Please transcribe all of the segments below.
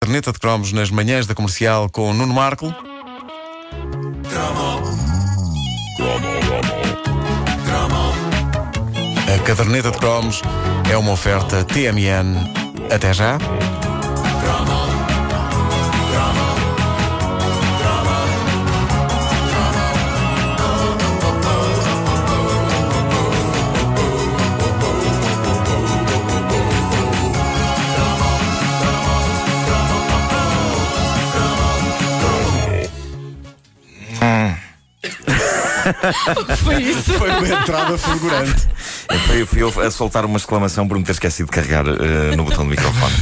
caderneta de cromos nas manhãs da comercial com o Nuno Marco. A caderneta de cromos é uma oferta TMN. Até já. Foi isso. Foi uma entrada fulgurante. Fui, fui eu a soltar uma exclamação por me ter esquecido de carregar eh, no botão do microfone.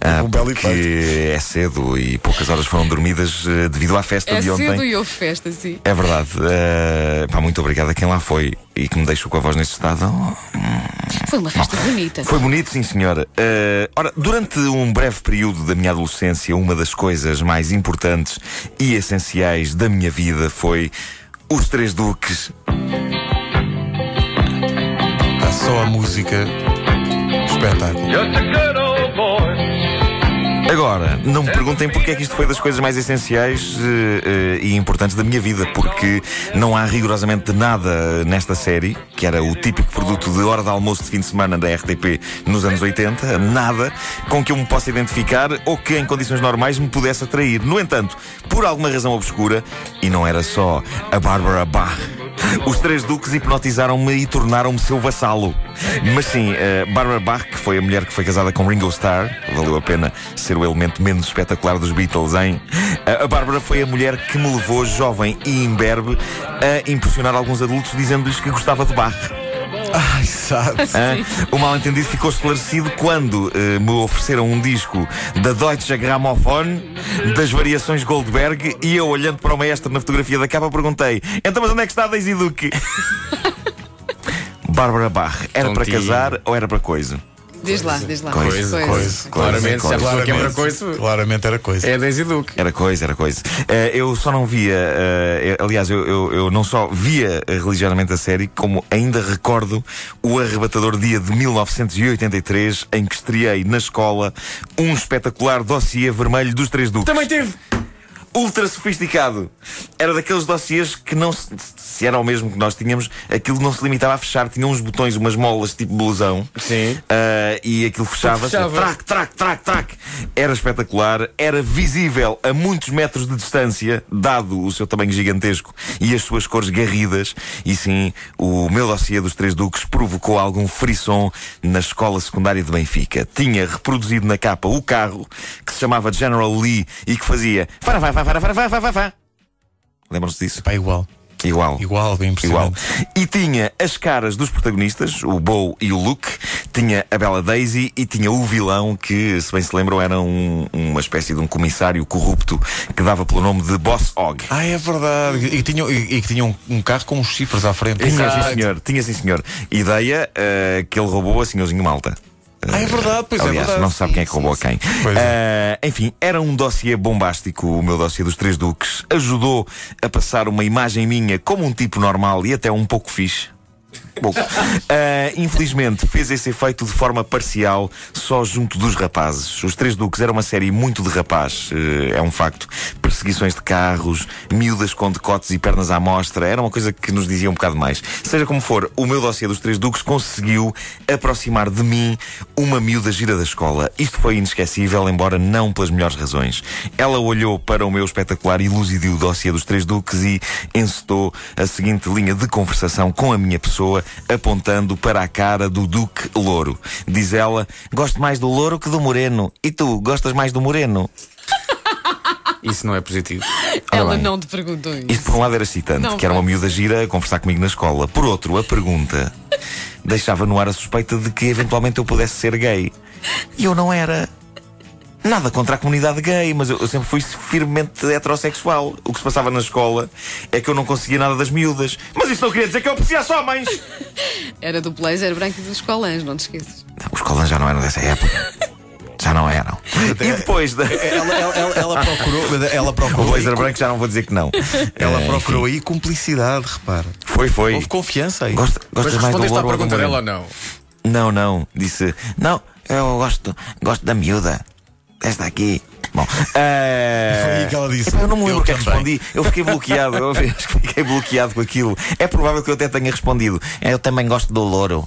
Ah, Um belo porque efeito. é cedo e poucas horas foram dormidas eh, devido à festa É de ontem. cedo e houve festa, sim. É verdade. Eh, pá, muito obrigado a quem lá foi e que me deixou com a voz neste estado. Foi uma festa bonita. Foi bonito, sim, senhora. Eh, ora, durante um breve período da minha adolescência, uma das coisas mais importantes e essenciais da minha vida foi os Três Duques. Está só a música. Espetáculo. Just a good old boy. Agora, não me perguntem porque é que isto foi das coisas mais essenciais eh, eh, e importantes da minha vida, porque não há rigorosamente nada nesta série, que era o típico produto de hora de almoço de fim de semana da RTP nos anos 80, nada com que eu me possa identificar ou que em condições normais me pudesse atrair. No entanto, por alguma razão obscura, e não era só a Bárbara Bach. Os três duques hipnotizaram-me e tornaram-me seu vassalo. Mas sim, eh, Barbara Bach, que foi a mulher que foi casada com Ringo Starr, valeu a pena ser o elemento menos espetacular dos Beatles, hein? Eh, a Bárbara foi a mulher que me levou, jovem e imberbe, a impressionar alguns adultos dizendo-lhes que gostava de Bach. Ai, sabe. Hã? O mal-entendido ficou esclarecido quando eh, me ofereceram um disco da Deutsche Grammophon, das variações Goldberg, e eu, olhando para o maestro na fotografia da capa, perguntei: Então, mas onde é que está a Daisy Duke? Bárbara Barr, era para Tontinho. casar ou era para coisa? Diz lá, diz lá. Coisa, Coisa. Claramente, se a pessoa quebra coisa, Claramente era coisa. é Daisy Duque. Era coisa, era coisa. Eh, eu só não via, eh, eu- aliás, eu, eu- eu não só via eh, religiosamente a série, como ainda recordo o arrebatador dia de 1983, em que estreiei na escola um espetacular dossiê vermelho dos Três Duques. Também teve! Ultra sofisticado. Era daqueles dossiês que não se, se era o mesmo que nós tínhamos, aquilo não se limitava a fechar, tinha uns botões, umas molas tipo blusão. Sim. Ah, e aquilo fechava-se. Fechava. Trac, trac, trac, trac. Era espetacular, era visível a muitos metros de distância, dado o seu tamanho gigantesco e as suas cores garridas. E sim, o meu dossiê dos Três Duques provocou algum frisson na escola secundária de Benfica. Tinha reproduzido na capa o carro que se chamava General Lee e que fazia. Fara, fara, fara, fara, fara, fara, fara. Lembram-se disso? Pá, igual. Igual. Igual, bem Igual. impressionante. E tinha as caras dos protagonistas, o Bo e o Luke, tinha a Bela Daisy e tinha o vilão que, se bem se lembram, era um- uma espécie de um comissário corrupto que dava pelo nome de Boss Og. Ah, é verdade. E, tinha, e, e que tinha um, um carro com uns chifres à frente. Tinha sim, Exato. senhor, tinha sim, senhor. Ideia eh, que ele roubou a senhorzinho Malta. Ah, é verdade, pois é Aliás, verdade. não se sabe quem é que roubou a quem. Pois Ah, enfim, era um dossiê bombástico, o meu dossiê dos Três Duques. Ajudou a passar uma imagem minha como um tipo normal e até um pouco fixe. Pouco. Ah, infelizmente, fez esse efeito de forma parcial, só junto dos rapazes. Os Três Duques era uma série muito de rapaz, eh, é um facto. Perseguições de carros, miúdas com decotes e pernas à mostra, era uma coisa que nos dizia um bocado mais. Seja como for, o meu dossiê dos Três Duques conseguiu aproximar de mim um uma miúda gira da escola. Isto foi inesquecível, embora não pelas melhores razões. Ela olhou para o meu espetacular e luzidio dossiê dos Três Duques e encetou a seguinte linha de conversação com a minha pessoa, apontando para a cara do Duque Louro. Diz ela: Gosto mais do Louro que do Moreno. E tu, gostas mais do Moreno? Isso não é positivo. Ela Ora bem. não te perguntou isso. Isto por um lado era excitante, Não que era uma faço. miúda gira a conversar comigo na escola. Por outro, a pergunta deixava no ar a suspeita de que eventualmente eu pudesse ser gay. E eu não era. Nada contra a comunidade gay, mas eu eu sempre fui firmemente heterossexual. O que se passava na escola é que eu não conseguia nada das miúdas. Mas isso não queria dizer que eu apreciasse homens! Era do blazer branco e dos colãs, não te esqueças. Não, os colãs já não eram dessa época. Já não eram. E depois da. é, Ela, ela- ela- ela procurou. mas Ela O procurou. blazer branco já não vou dizer que não. Ela Eh, procurou aí cumplicidade, repara. Foi, foi. Houve confiança aí. Gosta- Mas Gostas mais do respondeste à louro ou do pergunta moreno? dela ou Não, não? não. Disse, não, eu gosto, gosto da miúda. Esta aqui. Bom, eh, Foi aí que ela disse, epá, eu não me É. lembro "Eu o que é que também." respondi. Eu fiquei bloqueado. Eu acho que fiquei bloqueado com aquilo. É provável que eu até tenha respondido. "É, Eu também gosto do louro.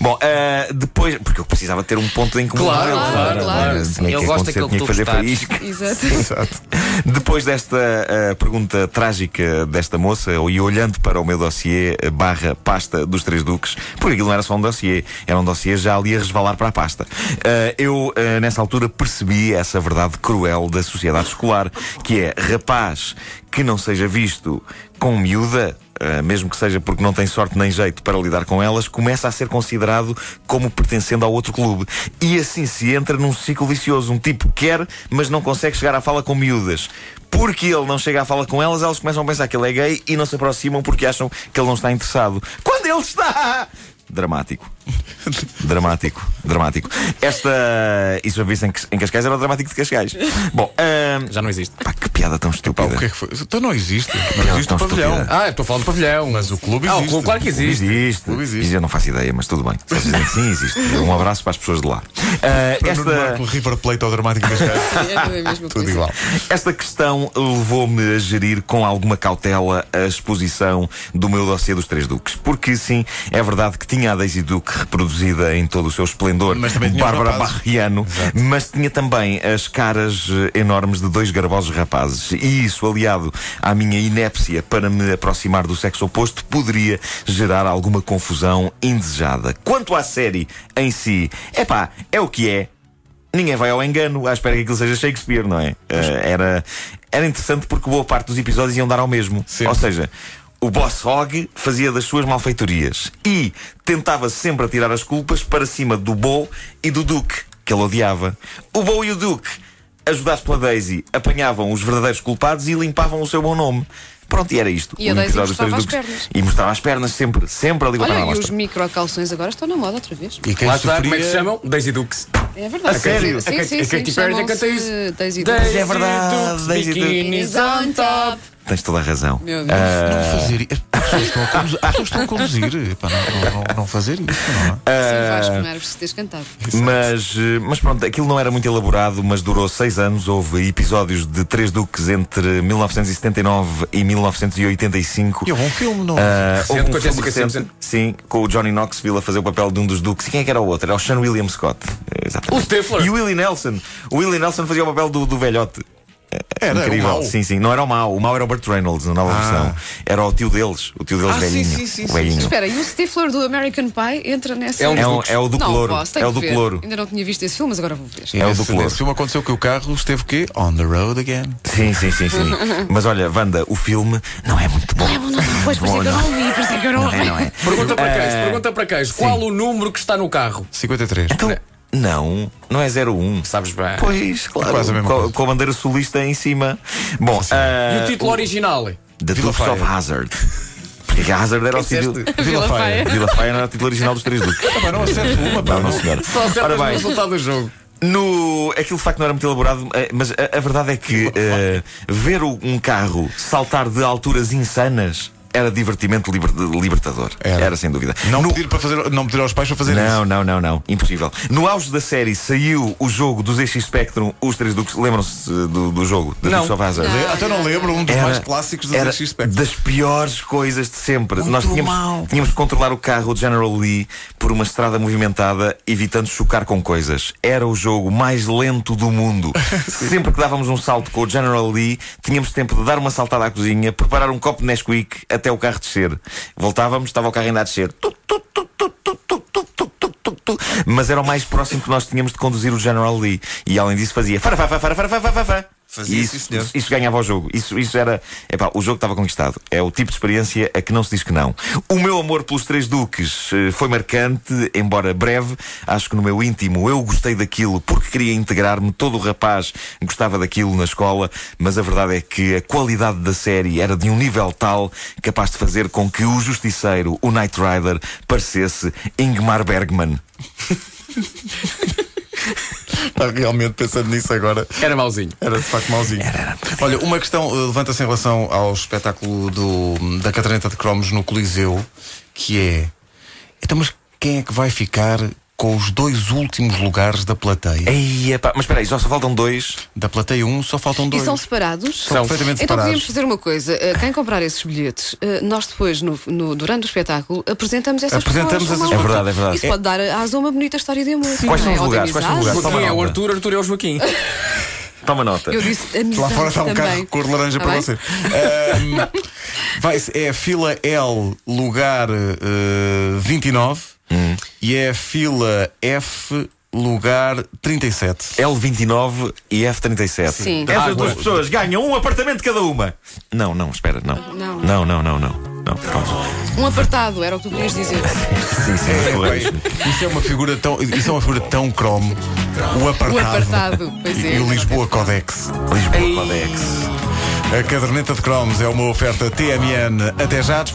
Bom, eh, depois. Porque eu precisava ter um ponto em comum. Claro, com ela. claro, claro. Tinha que Eu gosto acontecer, daquilo tinha que tu fazer foi gostares. isto. Exato. Depois desta eh, pergunta trágica desta moça, e olhando para o meu dossiê eh, barra pasta dos Três Duques, porque aquilo não era só um dossiê, era um dossiê já ali a resvalar para a pasta. Eh, eu, eh, nessa altura, percebi essa verdade cruel da sociedade escolar, que é rapaz que não seja visto com miúda. eh, mesmo que seja porque não tem sorte nem jeito para lidar com elas, começa a ser considerado como pertencendo ao outro clube. E assim se entra num ciclo vicioso. Um tipo quer, mas não consegue chegar à fala com miúdas. Porque ele não chega à fala com elas, elas começam a pensar que ele é gay e não se aproximam porque acham que ele não está interessado. Quando ele está! Dramático. Dramático, dramático. Esta. Isso eu vi em Cas- em Cascais era o dramático de Cascais. Bom, ahm, Já não existe. pá, que piada tão Pá, o estúpida. que é que foi? Então não existe. Não Não, existe tão o pavilhão. estúpida. Ah, eu estou falando do pavilhão. Mas o clube Ah, o existe. clube, claro que existe. Existe. Não existe. Existe, Eu não faço ideia, mas tudo bem. Só dizem que sim, existe. Um abraço para as pessoas de lá. Ah, Para Nuno esta, Marco, River Plate ou Dramático das Casas. É tudo a mesma Tudo coisa. igual. esta questão levou-me a gerir com alguma cautela a exposição do meu dossiê dos Três Duques. Porque, sim, é verdade que tinha a Daisy Duque reproduzida em todo o seu esplendor, Mas também tinha os Bárbara rapazes. Barriano, mas tinha também as caras eh, enormes de dois garbosos rapazes. E isso, aliado à minha inépcia para me aproximar do sexo oposto, poderia gerar alguma confusão indesejada. Quanto à série em si, epá, é o que é. Ninguém vai ao engano à espera que aquilo seja Shakespeare, não é? Eh, era, era interessante porque boa parte dos episódios iam dar ao mesmo. Sempre. Ou seja, o Boss Hogg fazia das suas malfeitorias e tentava sempre atirar as culpas para cima do Bo e do Duke, que ele odiava. O Bo e o Duke, ajudados pela Daisy, apanhavam os verdadeiros culpados e limpavam o seu bom nome. Pronto, e era isto. E a Um Daisy episódio dos Três mostrava as Duques. pernas. E mostrava as pernas sempre, sempre a libertar a Olha, e bosta. os microcalções agora estão na moda outra vez. E quem Lá está, como é que se sofria. chamam? Daisy Dukes. É verdade. A sério? Sim, A sim, Cat- sim. a sim, Katy Perry já canta isso. chamam-se Daisy Daisy Dukes. É verdade, Dukes, Daisy Dukes. biquinis on top. Tens toda a razão. Meu Deus. Não Ah. fazer isso. As pessoas estão a conduzir. As pessoas estão a conduzir. Epá, não, não- não- não fazer isso, não é? Ah. Sim, Vasco, não era preciso teres cantado. Mas, eh, mas pronto, aquilo não era muito elaborado, mas durou seis anos. Houve episódios de Três Duques entre 1979 e 1985. E houve um filme, não? Ah, houve com a um filme Jessica recente, Simpson. sim, com o Johnny Knoxville a fazer o papel de um dos Duques. E quem é que era o outro? Era o Sean William Scott. Eh, Exatamente. O Stifler. E o Willie Nelson. O Willie Nelson fazia o papel do, do velhote. É, Era, era Incrível. o mau. Sim, sim. Não era o mau. O mau era o Burt Reynolds, na nova versão. Era o tio deles. O tio deles Ah, sim, velhinho. sim, sim, o sim, velhinho. Espera, e o Stifler do American Pie entra nessa. É um- É, um- é o do não, Cloro. posso, tenho É o que do ver. Cloro. Ainda não tinha visto esse filme, mas agora vou ver. E É o nesse- do cloro. Nesse filme aconteceu que o carro esteve quê? On the road again. Sim, sim, sim, sim. Mas olha, Wanda, o filme não é muito bom. Não, não, não, pois, por isso é que eu não vi, por isso é que eu não Não é, vi. não é? Pergunta para queijo, pergunta para queijo. Qual o número que está no carro? 53. Então, não, não é 01. Sabes bem. Pois, claro. É quase a mesma com, coisa. com a bandeira solista em cima. Bom, E ah, o título original? The Villa Dukes of Fire. Hazard. Porque Hazard era o título. Disseste? Vila Vila Faia. Faia. Villa Fire era o título original dos Três Duques. Pá, não acerto uma, pá. Não, não, senhor. Só Ora acertas no bem, resultado do jogo. No, aquilo de facto não era muito elaborado, eh, mas a, a verdade é que eh, ver o- um carro saltar de alturas insanas era divertimento liber- libertador. Era. Era. sem dúvida. Não No- pedir para fazer, não pedir aos pais para fazer não, isso. não, não, não. Impossível. No auge da série saiu o jogo dos X Spectrum, os três Duques. Lembram-se eh, do, do jogo? Da Não. Dukes of Hazzard? Le- Até não lembro um dos mais clássicos dos era X Spectrum. das piores coisas de sempre. Nós mau. tínhamos, tínhamos que controlar o carro do General Lee por uma estrada movimentada, evitando chocar com coisas. Era o jogo mais lento do mundo. sempre que dávamos um salto com o General Lee, tínhamos tempo de dar uma saltada à cozinha, preparar um copo de Nesquik até o carro descer. Voltávamos, estava o carro ainda a descer. Tu, tu, tu, tu, tu, tu, tu, tu, tu, tu, tu. Mas era o mais próximo que nós tínhamos de conduzir o General Lee. E além disso fazia fara, fara, fara, fara, fara, fara, fara. Fazia, E sim, senhor. isso ganhava o jogo. Isso, isso era. Epá, o jogo estava conquistado. É o tipo de experiência a que não se diz que não. O meu amor pelos Três Duques eh, foi marcante, embora breve. Acho que no meu íntimo eu gostei daquilo porque queria integrar-me. Todo o rapaz gostava daquilo na escola, mas a verdade é que a qualidade da série era de um nível tal capaz de fazer com que o Justiceiro, o Knight Rider, parecesse Ingmar Bergman. Pá, Realmente, pensando nisso agora, Era mauzinho. era de facto mauzinho. Olha, uma questão eh, levanta-se em relação ao espetáculo do, da Catarina de Cromos no Coliseu, que é... Então, mas quem é que vai ficar com os dois últimos lugares da plateia. Ei, epá, mas espera aí, já só faltam dois. Da plateia 1 só faltam E dois. são separados? São perfeitamente Então separados. podíamos fazer uma coisa: eh, quem comprar esses bilhetes, eh, nós depois, no- no- durante o espetáculo, apresentamos essas Apresentamos pessoas. essas É uma verdade, outra. é verdade. Isso pode dar às uma bonita história de amor. Quais são não é? os Ou de lugares? Quais são os amizade. lugares? Toma Joaquim é o nota. Arthur, Arthur é o Joaquim. Toma nota. Eu disse amizade. Lá fora está um também. carro de cor de laranja Está para bem? você. Ahm, vai é a fila L, lugar eh, 29, e é a fila F, lugar 37. L29 e F37. Sim. Essas Ah, duas bom. pessoas ganham um apartamento cada uma. Não, não, espera, não. Não. Não, não, não, não. Não, calma. Um apartado, era o que tu querias dizer. Sim, sim, É, foi. bem, isso é uma figura tão, isso é uma figura tão cromo. O O apartado. apartado, pois E, é. e o Lisboa Codex. Lisboa Codex. A caderneta de cromos é uma oferta TMN. Até já.